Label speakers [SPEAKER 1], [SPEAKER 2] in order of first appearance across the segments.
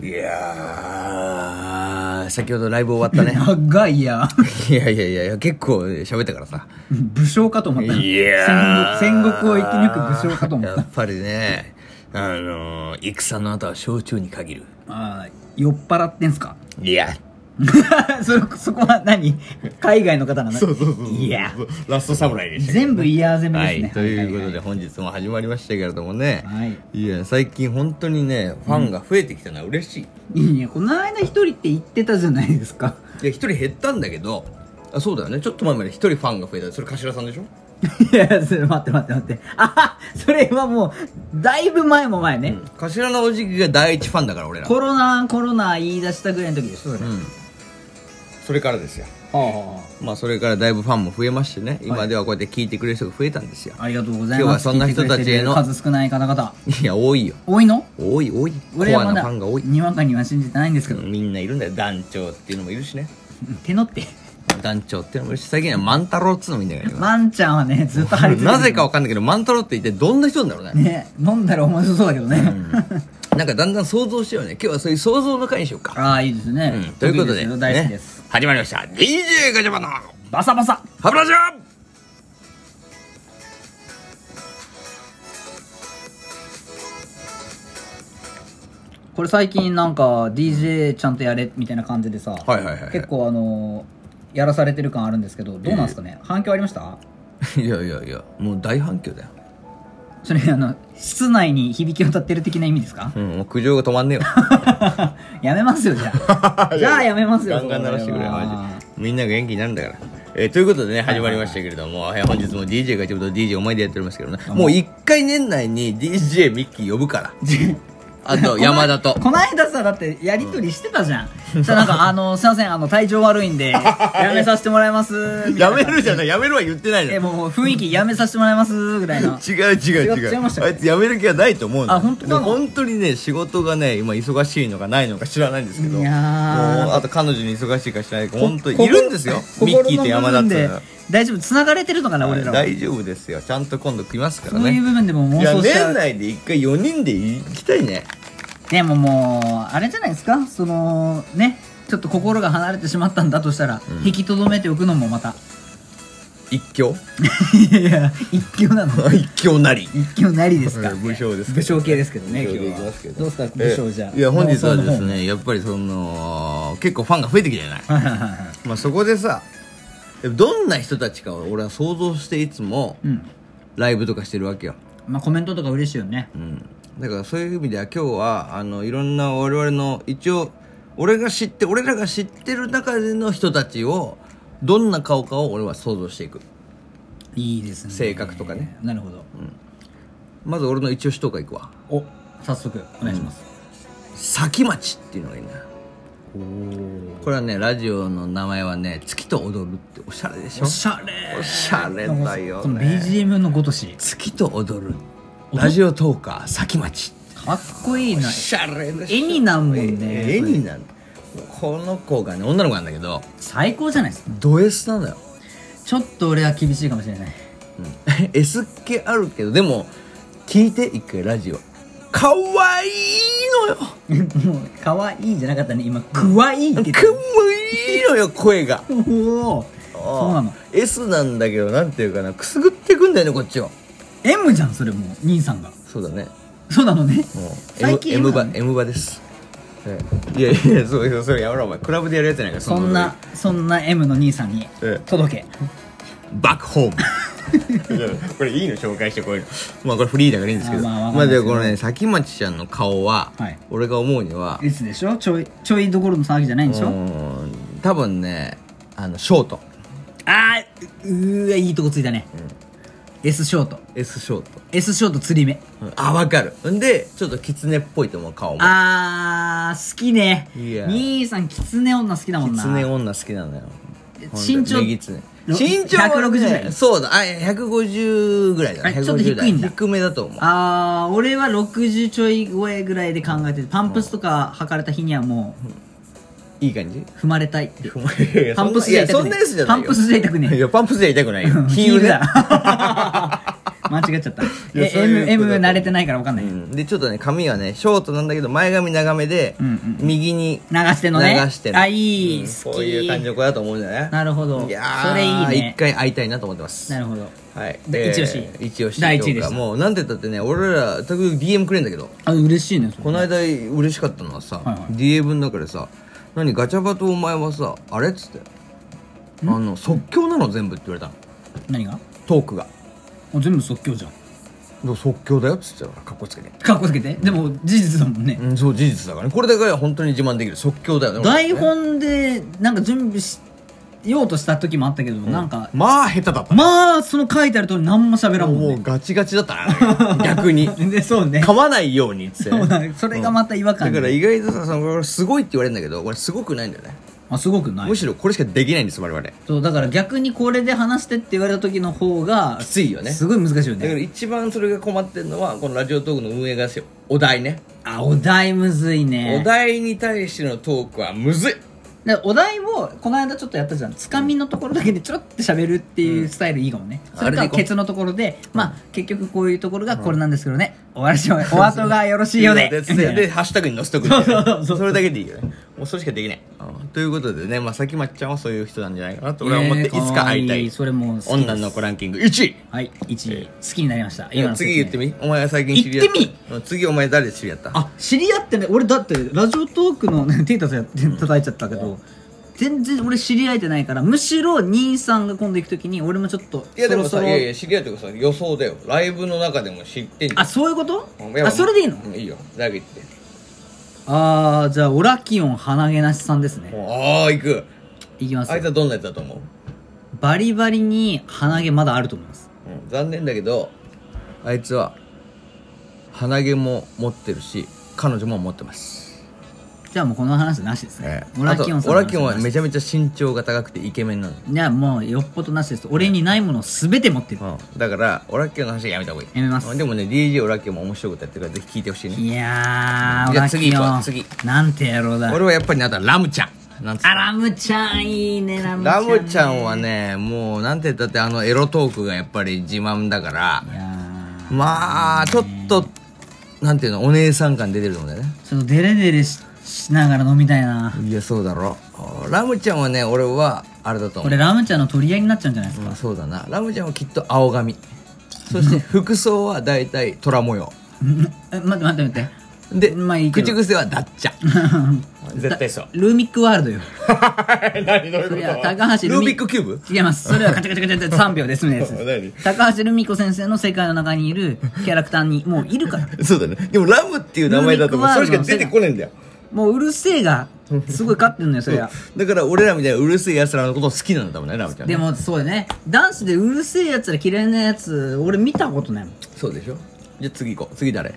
[SPEAKER 1] いやー先ほどライブ終わったね
[SPEAKER 2] 長いやん
[SPEAKER 1] いやいやいやいや結構喋ったからさ
[SPEAKER 2] 武将かと思った
[SPEAKER 1] いやー
[SPEAKER 2] 戦国戦国を生き抜く武将かと思っ
[SPEAKER 1] や
[SPEAKER 2] た
[SPEAKER 1] っぱりねあのー、戦の後は焼酎に限る
[SPEAKER 2] あー酔っ払ってんすか
[SPEAKER 1] いや
[SPEAKER 2] そそこは何海外の方なのいや
[SPEAKER 1] ラストサムライで
[SPEAKER 2] 全部イヤー攻
[SPEAKER 1] は
[SPEAKER 2] め
[SPEAKER 1] い、
[SPEAKER 2] です
[SPEAKER 1] と
[SPEAKER 2] ね、
[SPEAKER 1] いうことで本日も始まりましたけれどもね、
[SPEAKER 2] はい
[SPEAKER 1] い、や最近本当にねファンが増えてきたのは嬉しい、
[SPEAKER 2] いやこの間一人って言ってたじゃないですか
[SPEAKER 1] で一人減ったんだけどあそうだよねちょっと前まで一人ファンが増えたそれ頭さんでしょ
[SPEAKER 2] いやそれ待って待って待ってあそれはもうだいぶ前も前ね、
[SPEAKER 1] 頭のおじきが第一ファンだから俺ら
[SPEAKER 2] コロナコロナ言い出したぐらいの時でしょそれ、
[SPEAKER 1] うんそれからですよ
[SPEAKER 2] は
[SPEAKER 1] まあそれからだいぶファンも増えましてね今ではこうやって聞いてくれる人が増えたんですよ、
[SPEAKER 2] あ、ありがとうございま
[SPEAKER 1] 今
[SPEAKER 2] す
[SPEAKER 1] 日はそんな人たちへの
[SPEAKER 2] 聞いてくれてる数少ない方々
[SPEAKER 1] い、や多いよ
[SPEAKER 2] 多いの
[SPEAKER 1] 多い多いコ
[SPEAKER 2] 俺は
[SPEAKER 1] ア
[SPEAKER 2] ま
[SPEAKER 1] な
[SPEAKER 2] だ
[SPEAKER 1] ファンが多い
[SPEAKER 2] にわかには信じてないんですけど、
[SPEAKER 1] みんないるんだよ団長っていうのもいるしね
[SPEAKER 2] 手のって
[SPEAKER 1] 団長っていうのもいるし最近は万太郎っつうのもいるんだけど
[SPEAKER 2] ワンちゃんはねずっと張り付いてる
[SPEAKER 1] なぜかわかんないけど万太郎って一体どんな人なんだろうね
[SPEAKER 2] ね飲んだら面白そうだけどね、
[SPEAKER 1] なんかだんだん想像しようね今日はそういう想像の回にしようか、
[SPEAKER 2] ああいいですね、
[SPEAKER 1] うん、ということ
[SPEAKER 2] 得意
[SPEAKER 1] です
[SPEAKER 2] よ大好き
[SPEAKER 1] ね
[SPEAKER 2] です、
[SPEAKER 1] 始まりました DJ ガチャバの
[SPEAKER 2] バサバサ
[SPEAKER 1] ハブラジオ
[SPEAKER 2] これ最近なんか DJ ちゃんとやれみたいな感じでさ、
[SPEAKER 1] はいはいはいはい
[SPEAKER 2] 結構あのーやらされてる感あるんですけどどうなんですかね、反響ありました
[SPEAKER 1] いやいやいやもう大反響だよ、
[SPEAKER 2] それあの室内に響き渡ってる的な意味ですか
[SPEAKER 1] うん、もう苦情が止まんねえよ
[SPEAKER 2] やめますよじゃあじゃあやめますよ
[SPEAKER 1] ガンガン鳴らしてくれよ
[SPEAKER 2] それは
[SPEAKER 1] マジでみんなが元気になるんだから、えーということでね始まりましたけれども、えー本日も DJ がちょうど DJ お前でやっておりますけどねもう一回年内に DJ ミッキー呼ぶ からあと山田 と
[SPEAKER 2] この間さだってやり取りしてたじゃん、そしたらなんか「あ のすいませんあの体調悪いんでやめさせてもらいます」み たい
[SPEAKER 1] や
[SPEAKER 2] な
[SPEAKER 1] めるじゃないやめるは言ってないの
[SPEAKER 2] えもう雰囲気やめさせてもらいますぐらいの
[SPEAKER 1] 違う違う違
[SPEAKER 2] 違っちゃいうました
[SPEAKER 1] あいつ辞める気はないと思うの
[SPEAKER 2] あ本当なの
[SPEAKER 1] でも本当にね仕事がね今忙しいのかないのか知らないんですけど
[SPEAKER 2] いやー
[SPEAKER 1] もうあと彼女に忙しいか知らないか 本当にいるんですよ
[SPEAKER 2] こ
[SPEAKER 1] ミッキーと山田っ
[SPEAKER 2] 心の部分
[SPEAKER 1] ていう
[SPEAKER 2] で
[SPEAKER 1] のは
[SPEAKER 2] 大丈夫繋がれてるのかな俺らは
[SPEAKER 1] 大丈夫ですよちゃんと今度来ますから
[SPEAKER 2] そういう
[SPEAKER 1] ね
[SPEAKER 2] 部分でも
[SPEAKER 1] い
[SPEAKER 2] 妄
[SPEAKER 1] や
[SPEAKER 2] 想しちゃ
[SPEAKER 1] 年
[SPEAKER 2] う
[SPEAKER 1] 内で一回4人で行きたいね
[SPEAKER 2] でももうあれじゃないですかそのねちょっと心が離れてしまったんだとしたら、引きとどめておくのもまた
[SPEAKER 1] 一挙
[SPEAKER 2] いや一興な の
[SPEAKER 1] 一挙なり
[SPEAKER 2] 一興なりですか
[SPEAKER 1] 武将ですけど
[SPEAKER 2] 武将系ですけどね
[SPEAKER 1] 武将でい
[SPEAKER 2] 今日は
[SPEAKER 1] きますけど
[SPEAKER 2] どうですか武将じゃ
[SPEAKER 1] えいや本日はです
[SPEAKER 2] 妄
[SPEAKER 1] ねやっぱりその結構ファンが増えてきたじゃない
[SPEAKER 2] 想の方はいはいはいはい
[SPEAKER 1] まあ、そこでさどんな人たちかを俺は想像していつも
[SPEAKER 2] うん
[SPEAKER 1] ライブとかしてるわけよ、
[SPEAKER 2] まあコメントとか嬉しいよね
[SPEAKER 1] うん、だからそういう意味では今日はあのいろんな我々の一応俺が知って俺らが知ってる中での人たちをどんな顔かを俺は想像していく
[SPEAKER 2] いいですね
[SPEAKER 1] 性格とかね
[SPEAKER 2] なるほど
[SPEAKER 1] まず俺の一押しとかいくわ
[SPEAKER 2] お早速お願いします
[SPEAKER 1] 先町っていうのがいいんだよこれはねラジオの名前はね「月と踊る」っておしゃれでしょ
[SPEAKER 2] おしゃれ
[SPEAKER 1] おしゃれだよ
[SPEAKER 2] この
[SPEAKER 1] ね
[SPEAKER 2] BGM のごとし
[SPEAKER 1] 月と踊るラジオトーカー先町
[SPEAKER 2] かっこいいな
[SPEAKER 1] しゃれでしょ
[SPEAKER 2] 絵になんもん
[SPEAKER 1] 絵
[SPEAKER 2] ね
[SPEAKER 1] になるこの子がね女の子なんだけど
[SPEAKER 2] 最高じゃないですか
[SPEAKER 1] ド S なんだよ、
[SPEAKER 2] ちょっと俺は厳しいかもしれない
[SPEAKER 1] うん、S 系あるけどでも聞いて一回ラジオかわいいのよか
[SPEAKER 2] もうかわいいじゃなかったね今くわいいって言って
[SPEAKER 1] わいいのよ声が
[SPEAKER 2] たおおそうなの
[SPEAKER 1] S なんだけどなんていうかなくすぐってくんだよねこっちを
[SPEAKER 2] M じゃんそれもう兄さんが
[SPEAKER 1] そうだね
[SPEAKER 2] そうなのね
[SPEAKER 1] もう
[SPEAKER 2] 最近
[SPEAKER 1] M, M
[SPEAKER 2] M
[SPEAKER 1] バ
[SPEAKER 2] だね
[SPEAKER 1] M バです、ええいやいやそうそうそれやめろお前クラブでやるやつやないか
[SPEAKER 2] そんなそんな M の兄さんに
[SPEAKER 1] ええ
[SPEAKER 2] 届け
[SPEAKER 1] バック ホームこれいいの紹介してこういうのまあこれフリーだからいいんですけど
[SPEAKER 2] あまあ
[SPEAKER 1] ま
[SPEAKER 2] わ
[SPEAKER 1] あ
[SPEAKER 2] かんない
[SPEAKER 1] で
[SPEAKER 2] で
[SPEAKER 1] も
[SPEAKER 2] すけど
[SPEAKER 1] このね先町ちゃんの顔は、
[SPEAKER 2] はい
[SPEAKER 1] 俺が思うには
[SPEAKER 2] 率でしょちょいちょいどころの騒ぎじゃないんでし
[SPEAKER 1] う
[SPEAKER 2] ょ
[SPEAKER 1] ーん多分ねあのショート
[SPEAKER 2] あーうーわいいとこついたね、S ショート
[SPEAKER 1] S ショート、
[SPEAKER 2] S ショート釣り目
[SPEAKER 1] うんあ分かるんでちょっとキツネっぽいと思う顔も
[SPEAKER 2] あー好きね
[SPEAKER 1] いや
[SPEAKER 2] 兄さんキツネ女好きだもん
[SPEAKER 1] キ
[SPEAKER 2] な
[SPEAKER 1] ツネ女好きなのよ
[SPEAKER 2] 身長
[SPEAKER 1] ほんと右ツネ
[SPEAKER 2] ろ
[SPEAKER 1] 身長は、
[SPEAKER 2] 160ぐら
[SPEAKER 1] ね、
[SPEAKER 2] い
[SPEAKER 1] そうだあ150ぐらいだね
[SPEAKER 2] あちょっと低いん
[SPEAKER 1] 150
[SPEAKER 2] だ
[SPEAKER 1] 台低めだと思う
[SPEAKER 2] あー俺は60ちょい超えぐらいで考えててパンプスとか履かれた日にはも
[SPEAKER 1] いい感じ
[SPEAKER 2] う踏まれたいって
[SPEAKER 1] いやいや
[SPEAKER 2] パンプス
[SPEAKER 1] そんな
[SPEAKER 2] じゃ
[SPEAKER 1] いや
[SPEAKER 2] 痛
[SPEAKER 1] そん
[SPEAKER 2] くね
[SPEAKER 1] なやつじ
[SPEAKER 2] え
[SPEAKER 1] ゃない
[SPEAKER 2] パ
[SPEAKER 1] よ
[SPEAKER 2] ンプスじゃ痛くね
[SPEAKER 1] い
[SPEAKER 2] え
[SPEAKER 1] やパンプスじゃ痛くないよ。
[SPEAKER 2] ヒールだ間違っちゃった
[SPEAKER 1] や
[SPEAKER 2] え
[SPEAKER 1] そういう
[SPEAKER 2] M,
[SPEAKER 1] こと
[SPEAKER 2] M
[SPEAKER 1] だと
[SPEAKER 2] 慣れてないから分かんない、
[SPEAKER 1] うんでちょっとね髪はねショートなんだけど前髪長めで、
[SPEAKER 2] うんうん
[SPEAKER 1] 右に
[SPEAKER 2] 流してんのね
[SPEAKER 1] 流してる
[SPEAKER 2] あいい
[SPEAKER 1] うん
[SPEAKER 2] 好き
[SPEAKER 1] こういう感じの子だと思うんじゃない
[SPEAKER 2] なるほど
[SPEAKER 1] いやー
[SPEAKER 2] それいいね
[SPEAKER 1] 一回会いたいなと思ってます
[SPEAKER 2] なるほど
[SPEAKER 1] はい
[SPEAKER 2] で一押し
[SPEAKER 1] 一押し
[SPEAKER 2] 第一位でした
[SPEAKER 1] とかもうなんて言ったってね俺らたく DM くれんだけど
[SPEAKER 2] あ嬉しいねそれ
[SPEAKER 1] この間嬉しかったのはさ、
[SPEAKER 2] はいはい
[SPEAKER 1] DM だからさ「何ガチャバとお前はさあれ?」っつって「あの即興なの全部」って言われたの
[SPEAKER 2] 何が
[SPEAKER 1] トークが
[SPEAKER 2] もう全部即興じゃん
[SPEAKER 1] 「でも即興だよ」っつってたからかっこつけて、
[SPEAKER 2] かっこつけてでも事実だもんね、
[SPEAKER 1] うん、そう事実だからねこれだけは本当に自慢できる即興だよね俺らね
[SPEAKER 2] 台本でなんか準備しようとした時もあったけど、なんか
[SPEAKER 1] まあ下手だった
[SPEAKER 2] まあその書いてある通り何も喋らんもん
[SPEAKER 1] も
[SPEAKER 2] ね
[SPEAKER 1] うガチガチだったな逆に
[SPEAKER 2] でそう ね
[SPEAKER 1] 噛まないようにっつってね
[SPEAKER 2] そうだそれがまた違和感
[SPEAKER 1] だ
[SPEAKER 2] で
[SPEAKER 1] から意外とさそのこれすごいって言われるんだけどこれすごくないんだよね
[SPEAKER 2] あすごくない
[SPEAKER 1] むしろこれしかできないんです我々だか
[SPEAKER 2] そうだから逆にこれで話してって言われた時の方が
[SPEAKER 1] きついよね
[SPEAKER 2] すごい難しいよ
[SPEAKER 1] ら
[SPEAKER 2] ね
[SPEAKER 1] 一番それが困ってるのはこのラジオトークの運営がですよお題ね
[SPEAKER 2] あお題むずいね
[SPEAKER 1] お題に対してのトークはむずい
[SPEAKER 2] でお題をこの間ちょっとやったじゃんつかみのところだけでちょろって喋るっていうスタイルいいかもね、
[SPEAKER 1] うん
[SPEAKER 2] それ
[SPEAKER 1] あ
[SPEAKER 2] か
[SPEAKER 1] れでいこう
[SPEAKER 2] ケツのところで、まあ結局こういうところがこれなんですけどね、おわしお お後がよろしいようで
[SPEAKER 1] で
[SPEAKER 2] みた いな
[SPEAKER 1] でハッシュタグに載せとくみたい
[SPEAKER 2] そうそう
[SPEAKER 1] な
[SPEAKER 2] そう
[SPEAKER 1] それだけでいいよねもうそれしかできないうんということでねまあさきまっちゃんはそういう人なんじゃないかなと俺は思ってい
[SPEAKER 2] え
[SPEAKER 1] つ
[SPEAKER 2] ーわ
[SPEAKER 1] か会いたい
[SPEAKER 2] それも好きです
[SPEAKER 1] 女の子ランキング1位
[SPEAKER 2] はい1位好きになりました今の説明
[SPEAKER 1] 次言ってみお前は最近知り合った
[SPEAKER 2] 言って
[SPEAKER 1] み次お前誰知り合った
[SPEAKER 2] あ知り合ってね俺だってラジオトークの手叩いて叩いちゃったけど、全然俺知り合えてないからむしろ兄さんが今度行く時に俺もちょっと
[SPEAKER 1] いやでも
[SPEAKER 2] そ
[SPEAKER 1] さ
[SPEAKER 2] ろそろ
[SPEAKER 1] いやいや知り合いというかさ予想だよライブの中でも知ってんじゃん
[SPEAKER 2] あそういうこと
[SPEAKER 1] うんいや
[SPEAKER 2] あそれでいいの、
[SPEAKER 1] うんいいよラビって
[SPEAKER 2] ああじゃあオラキオン鼻毛なしさんですね
[SPEAKER 1] ああ行く
[SPEAKER 2] いきます
[SPEAKER 1] あいつはどんなやつだと思う、
[SPEAKER 2] バリバリに鼻毛まだあると思います
[SPEAKER 1] うん残念だけどあいつは鼻毛も持ってるし彼女も持ってます、
[SPEAKER 2] じゃあもうこの話なしですね、オラ
[SPEAKER 1] あと
[SPEAKER 2] キオンさん
[SPEAKER 1] オラキオンは
[SPEAKER 2] め
[SPEAKER 1] めちゃめちゃ身長が高くてイケメンなの、
[SPEAKER 2] いやもうよっぽどなしです俺にないものを全て持ってる、
[SPEAKER 1] うん、だからオラキオンの話はやめた方がいい
[SPEAKER 2] やめます
[SPEAKER 1] でもね DJ オラキオンも面白いことやってるからぜひ聞いてほしいね
[SPEAKER 2] いやーオ
[SPEAKER 1] じゃあ
[SPEAKER 2] ラキ
[SPEAKER 1] 次行こう
[SPEAKER 2] オン
[SPEAKER 1] 次
[SPEAKER 2] なんて野郎だ
[SPEAKER 1] 俺はやっぱりなんだラムちゃんなんつうの
[SPEAKER 2] あラムちゃんいいねラムちゃ
[SPEAKER 1] ラ
[SPEAKER 2] ん、ね、
[SPEAKER 1] ムちゃんはねもうなんて言ったってあのエロトークがやっぱり自慢だから
[SPEAKER 2] いやー
[SPEAKER 1] まあちょっとなんていうのお姉さん感出てると思うんだよね
[SPEAKER 2] ちょっとデレデレししながら飲みたいない
[SPEAKER 1] やそうだろあラムちゃんはね俺はあれだと
[SPEAKER 2] こ
[SPEAKER 1] 思
[SPEAKER 2] れ
[SPEAKER 1] う
[SPEAKER 2] ラムちゃんの取り合いになっちゃうんじゃないですか、
[SPEAKER 1] うんそうだなラムちゃんはきっと青髪そして服装は大体虎模様
[SPEAKER 2] え待って待って待って
[SPEAKER 1] で、
[SPEAKER 2] まあいいけど
[SPEAKER 1] 口癖はダッチャ 絶対そう
[SPEAKER 2] ルーミックワールドよ
[SPEAKER 1] 何どういう
[SPEAKER 2] それは高橋
[SPEAKER 1] ルー
[SPEAKER 2] ルミ
[SPEAKER 1] ビックキューブ
[SPEAKER 2] 違いますそれはカチャカチャカチャって3秒で済むやつ
[SPEAKER 1] 何
[SPEAKER 2] です高橋留美子先生の世界の中にいるキャラクターにもういるから
[SPEAKER 1] そうだねでもラムっていう名前だともうそれしか出てこねえんだよ
[SPEAKER 2] もううるせえがすごい勝ってんのよそりゃ
[SPEAKER 1] だから俺らみたいなうるせえ奴らのことを好きなんだもんねラムちゃんね
[SPEAKER 2] でもそうだね男子でうるせえやつら嫌いなやつ俺見たことないもん
[SPEAKER 1] そうでしょじゃあ次行こう次誰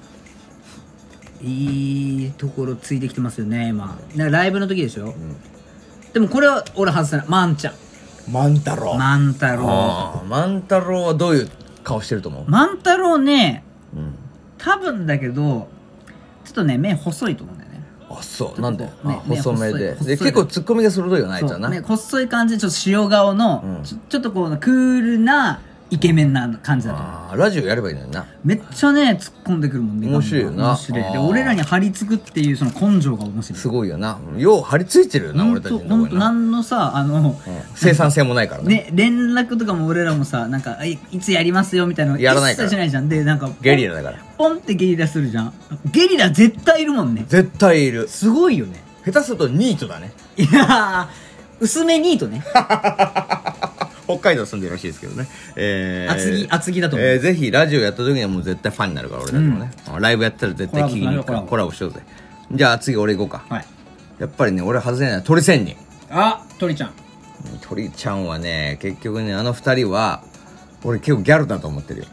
[SPEAKER 2] いいところついてきてますよね今なんかライブの時でしょ、でもこれは俺外せないマンちゃん
[SPEAKER 1] 万太郎
[SPEAKER 2] マン太郎
[SPEAKER 1] ああ万太郎はどういう顔してると思う、
[SPEAKER 2] マン太郎ね
[SPEAKER 1] うん、
[SPEAKER 2] 多分だけどちょっとね目細いと思うんだよね
[SPEAKER 1] あそうなんだよ、あ
[SPEAKER 2] ねね
[SPEAKER 1] 細めで
[SPEAKER 2] 細い
[SPEAKER 1] で
[SPEAKER 2] 細い
[SPEAKER 1] 結構ツッコミが鋭いよなあいつ
[SPEAKER 2] そ
[SPEAKER 1] は
[SPEAKER 2] う
[SPEAKER 1] な、
[SPEAKER 2] ね細い感じでちょっと塩顔の、
[SPEAKER 1] うん
[SPEAKER 2] ちょちょっとこうクールなイケメンな感じだと思う
[SPEAKER 1] ああラジオやればいいのにな
[SPEAKER 2] めっちゃね突っ込んでくるもんね
[SPEAKER 1] 面白いよな
[SPEAKER 2] 面白いで
[SPEAKER 1] あー
[SPEAKER 2] 俺らに張り付くっていうその根性が面白い
[SPEAKER 1] すごいよなよう張り付いてるよな
[SPEAKER 2] ほ
[SPEAKER 1] 俺
[SPEAKER 2] ん
[SPEAKER 1] たちの
[SPEAKER 2] と
[SPEAKER 1] とこ
[SPEAKER 2] ほん
[SPEAKER 1] ろ
[SPEAKER 2] と
[SPEAKER 1] にな、
[SPEAKER 2] 何のさあの、
[SPEAKER 1] うん生産性もないからね
[SPEAKER 2] ね連絡とかも俺らもさなんかいいつやりますよみたいなの
[SPEAKER 1] やらないから
[SPEAKER 2] 一切しないじゃんでなんか
[SPEAKER 1] ゲリラだから
[SPEAKER 2] ポンポンってゲリラするじゃんゲリラ絶対いるもんね
[SPEAKER 1] 絶対いる
[SPEAKER 2] すごいよね
[SPEAKER 1] 下手するとニートだね
[SPEAKER 2] いやー薄めニートね
[SPEAKER 1] 北海道住んでるらしいですけどねえー、
[SPEAKER 2] 厚木厚木だと思う
[SPEAKER 1] えーぜひラジオやった時にはもう絶対ファンになるから俺たちもね、ライブやったら絶対聞きに行くからコ
[SPEAKER 2] コ
[SPEAKER 1] ラボしようぜじゃあ次俺行こうか
[SPEAKER 2] はい
[SPEAKER 1] やっぱりね俺外せないのは鳥仙人
[SPEAKER 2] あ鳥ちゃん
[SPEAKER 1] 鳥ちゃんはね結局ねあの二人は俺結構ギャルだと思ってるよ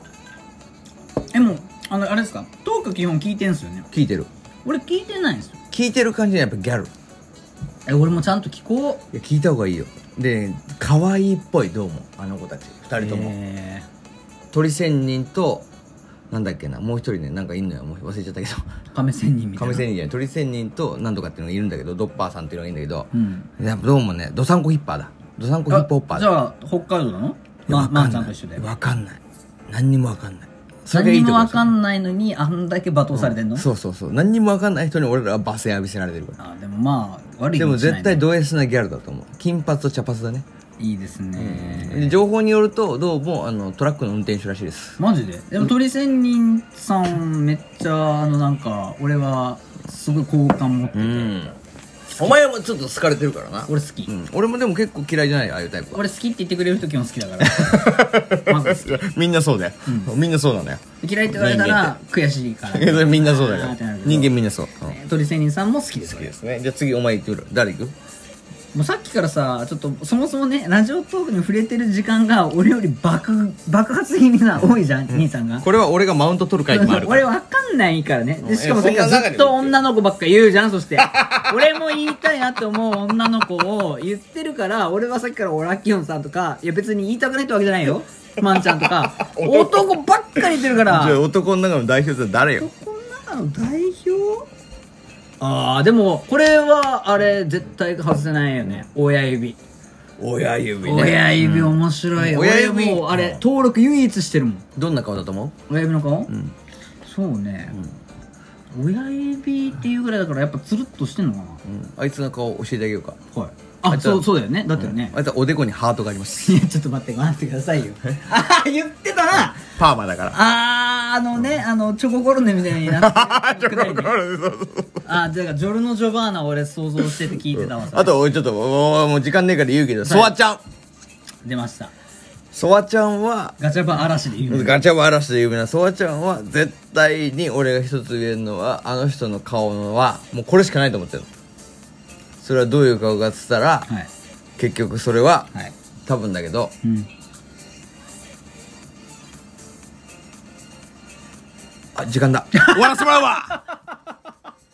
[SPEAKER 2] えもうあのあれですかトーク基本聞いてんすよね
[SPEAKER 1] 聞いてる
[SPEAKER 2] 俺聞いてないんですよ
[SPEAKER 1] 聞いてる感じでやっぱギャルい
[SPEAKER 2] え俺もちゃんと聞こう
[SPEAKER 1] や聞いた方がいいよで可愛いっぽいどうもあの子たち二人とも、
[SPEAKER 2] え
[SPEAKER 1] 鳥仙人となんだっけなもう一人ねなんかいんのよもう忘れちゃったけど
[SPEAKER 2] ー、亀仙人みたい
[SPEAKER 1] 亀
[SPEAKER 2] な
[SPEAKER 1] 仙人じゃない鳥仙人となんとかっていうのがいるんだけどドッパーさんっていうのがいいんだけど、
[SPEAKER 2] うん
[SPEAKER 1] やっぱどうもねドサンコヒッパーだドサンコヒップホッパー
[SPEAKER 2] じ
[SPEAKER 1] だ
[SPEAKER 2] ゃあ北海道な
[SPEAKER 1] い
[SPEAKER 2] の
[SPEAKER 1] や
[SPEAKER 2] ま
[SPEAKER 1] わ
[SPEAKER 2] ま
[SPEAKER 1] か
[SPEAKER 2] あ
[SPEAKER 1] ん
[SPEAKER 2] ち
[SPEAKER 1] な
[SPEAKER 2] ゃ
[SPEAKER 1] んい
[SPEAKER 2] と一緒で
[SPEAKER 1] わかんない何にもわかんないそれがい
[SPEAKER 2] 何
[SPEAKER 1] い
[SPEAKER 2] に
[SPEAKER 1] と
[SPEAKER 2] も
[SPEAKER 1] こ
[SPEAKER 2] わかんないのにあんだけ罵倒されてんの、
[SPEAKER 1] そうそうそう何にも分かんない人に俺らは罵声浴びせられてるから
[SPEAKER 2] あでもまあ悪い
[SPEAKER 1] で
[SPEAKER 2] 気
[SPEAKER 1] も
[SPEAKER 2] 持ちな
[SPEAKER 1] 絶
[SPEAKER 2] いね
[SPEAKER 1] 対ド S なギャルだと思う金髪と茶髪だね
[SPEAKER 2] いいですね、
[SPEAKER 1] で情報によるとどうもあのトラックの運転手らしいです
[SPEAKER 2] マジででも鳥仙人さんめっちゃあのなんか俺はすごい好感持ってて、
[SPEAKER 1] んお前もちょっと好かれてるからな
[SPEAKER 2] 俺好き、
[SPEAKER 1] うん、俺もでも結構嫌いじゃないよああいうタイプは
[SPEAKER 2] 俺好きって言ってくれる人基本好きだ から。まず
[SPEAKER 1] みんなそうだよ、みんなそうなのよ
[SPEAKER 2] 嫌いって言われたら悔しいから。
[SPEAKER 1] それ みんなそうだよ
[SPEAKER 2] あーってなるけど
[SPEAKER 1] 人間みんなそう、うん好
[SPEAKER 2] 鳥仙人さんも好きです
[SPEAKER 1] きですねじゃあ次お前行ってみる誰行く
[SPEAKER 2] もうさっきからさちょっとそもそもねラジオトークに触れてる時間が俺より爆爆発気味な多いじゃん、兄さんが
[SPEAKER 1] これは 俺がマウント取る回でもあるか
[SPEAKER 2] 俺
[SPEAKER 1] ら
[SPEAKER 2] わかんないからね
[SPEAKER 1] ん
[SPEAKER 2] でしかもさっき
[SPEAKER 1] え
[SPEAKER 2] か
[SPEAKER 1] そんな
[SPEAKER 2] ら
[SPEAKER 1] 中
[SPEAKER 2] ず
[SPEAKER 1] で
[SPEAKER 2] っと女の子ばっか言うじゃんそして俺も言いたいなと思う女の子を言ってるから俺はさっきからオラキオンさんとかいや別に言いたくないってわけじゃないよマンちゃん とか男ばっかり言ってるから
[SPEAKER 1] じゃあ男の中の代表って誰よ
[SPEAKER 2] この中の代表ああでもこれはあれ絶対外せないよね親指
[SPEAKER 1] 親指
[SPEAKER 2] 親指面白い、
[SPEAKER 1] うん親指
[SPEAKER 2] 俺もうあれ登録唯一してるもん
[SPEAKER 1] どんな顔だと思う
[SPEAKER 2] 親指の顔、そうね、親指っていうぐらいだからやっぱつるっとしてんのかな
[SPEAKER 1] うんあいつの顔教えてあげようか
[SPEAKER 2] はいあ
[SPEAKER 1] いつは
[SPEAKER 2] そうそうだよねだったよね、
[SPEAKER 1] あいつはおでこにハートがあります
[SPEAKER 2] いやちょっと待って待ってくださいよああ言ってたな
[SPEAKER 1] パーマだから
[SPEAKER 2] あーあのね、あのチョココロネみたいになって るあーだからジョルノ・ジョバーナ俺想像してて聞いてたわそれ
[SPEAKER 1] あと俺ちょっとおーもう時間ねえから言うけどソワちゃん
[SPEAKER 2] 出ました
[SPEAKER 1] ソワちゃんは
[SPEAKER 2] ガチャバ嵐で言う
[SPEAKER 1] ガチャバ嵐で有名なソワちゃんは絶対に俺が一つ言えるのはあの人の顔のはもうこれしかないと思ってるのそれはどういう顔かっつったら、
[SPEAKER 2] はい
[SPEAKER 1] 結局それは
[SPEAKER 2] はい
[SPEAKER 1] 多分だけど
[SPEAKER 2] うん
[SPEAKER 1] あ時間だ終わらせてもらうわ